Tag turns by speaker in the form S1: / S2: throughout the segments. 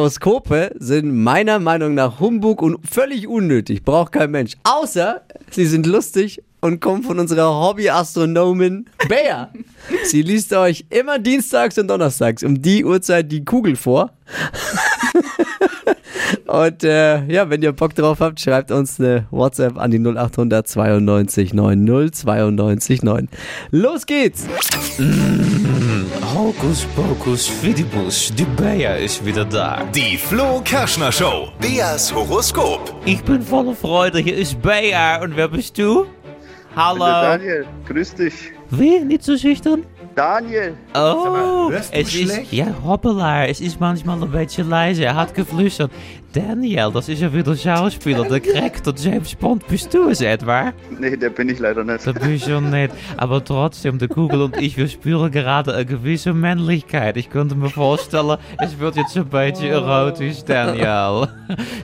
S1: Horoskope sind meiner Meinung nach Humbug und völlig unnötig. Braucht kein Mensch. Außer sie sind lustig und kommen von unserer Hobbyastronomin Bea. Sie liest euch immer dienstags und donnerstags um die Uhrzeit die Kugel vor. und äh, ja, wenn ihr Bock drauf habt, schreibt uns eine WhatsApp an die 0800 92 90 92 9. Los geht's!
S2: Hocus pocus fidibus, die Bea is wieder da.
S3: Die Flo Kerschner Show. Beas Horoskop.
S2: Ik ben voller Freude, hier is Bea und wer bist du? Hallo.
S4: Also Daniel, grüß dich.
S2: Wie? Nicht so schüchtern?
S4: Daniel,
S2: Oh,
S3: hörst du
S2: es ist.
S3: schlecht?
S2: Ja, hoppela, es ist manchmal ein bisschen leise. Er hat geflüstert. Daniel, das ist ja wieder Schauspieler, der Crack, der James Bond. Bist du es etwa?
S4: nee, der bin ich leider nicht.
S2: Das bin ich schon nicht. Aber trotzdem, der Kugel und ich, wir spüren gerade eine gewisse Männlichkeit. Ich könnte mir vorstellen, es wird jetzt ein bisschen erotisch, Daniel.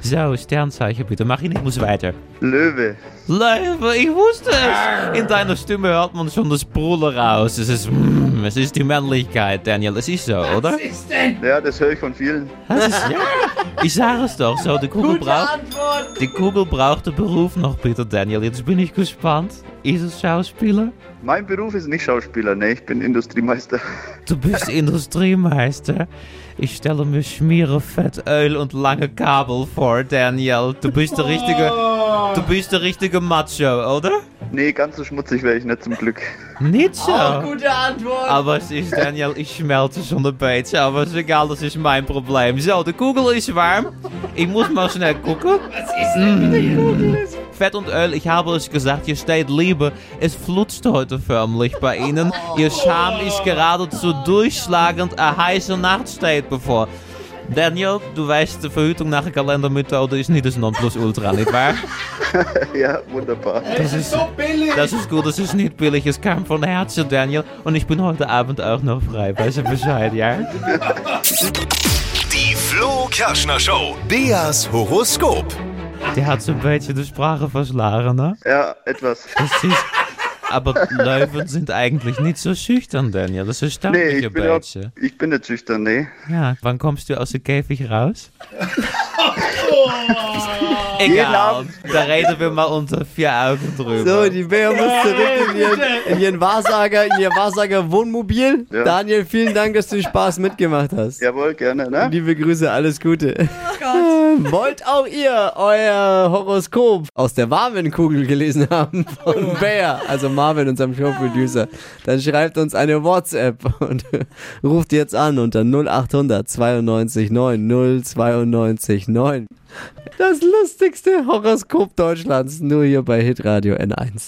S2: So, Sternzeichen bitte. Mach ihn, ich muss weiter.
S4: Löwe,
S2: Löwe, ich wusste es. In deiner Stimme hört man schon das Brüllen raus. Es ist, mm, es ist die Männlichkeit, Daniel. Es ist so, oder?
S4: ja, das höre ich von vielen.
S2: Das ist, ja. Ich sage es doch so, die Kugel braucht... Die Kugel braucht den Beruf noch, bitte, Daniel. Jetzt bin ich gespannt. Ist es Schauspieler?
S4: Mein Beruf ist nicht Schauspieler, nee, ich bin Industriemeister.
S2: Du bist Industriemeister. Ich stelle mir Schmiere, Fett, Öl und lange Kabel vor, Daniel. Du bist der richtige. Du bist der richtige Macho, oder?
S4: Nee, ganz so schmutzig wäre ich nicht zum Glück.
S2: Nicht so.
S1: Gute Antwort!
S2: Aber es ist, Daniel, ich schmelze schon ein beetje. Aber es ist egal, das ist mein Problem. So, de Kugel ist warm. Ich muss mal schnell gucken. Was ist denn mit Fett und Öl, ich habe es gesagt, hier steht Liebe. Es flutscht heute förmlich bei Ihnen. Ihr Scham ist geradezu durchschlagend. Eine heiße Nacht steht bevor. Daniel, du weißt, de Verhütung nach der Kalendermethode ist nicht das Nonplusultra, nicht wahr?
S4: ja, wunderbar.
S2: Das ist so billig. Das ist gut, das ist nicht billig. Es kam von Herzen, Daniel. Und ich bin heute Abend auch noch frei. Weißt du Bescheid, ja?
S3: Die Flo Kerschner Show. Beas Horoskop.
S2: Die hat so ein beetje de Sprache verschlagen, ne?
S4: Ja, etwas.
S2: Das ist... Aber Löwen sind eigentlich nicht so schüchtern, Daniel. Das erstaunt
S4: Nee,
S2: mich
S4: ich
S2: ein
S4: bin, auch,
S2: beetje.
S4: ich bin nicht schüchtern, nee.
S2: Ja, wann kommst du aus dem Käfig raus?
S4: Jeden
S2: Egal,
S4: Abend.
S2: da reden wir mal unter vier Augen drüber.
S1: So, die Bär muss zurück in ihren, in ihren Wahrsager, in ihr Wahrsager-Wohnmobil.
S4: Ja.
S1: Daniel, vielen Dank, dass du den Spaß mitgemacht hast.
S4: Jawohl, gerne, ne?
S1: Liebe Grüße, alles Gute. Wollt auch ihr euer Horoskop aus der warmen Kugel gelesen haben von Bär, also Marvin, unserem Showproducer, dann schreibt uns eine WhatsApp und ruft jetzt an unter 0800 92 9 092 9. Das lustigste Horoskop Deutschlands, nur hier bei Hitradio N1.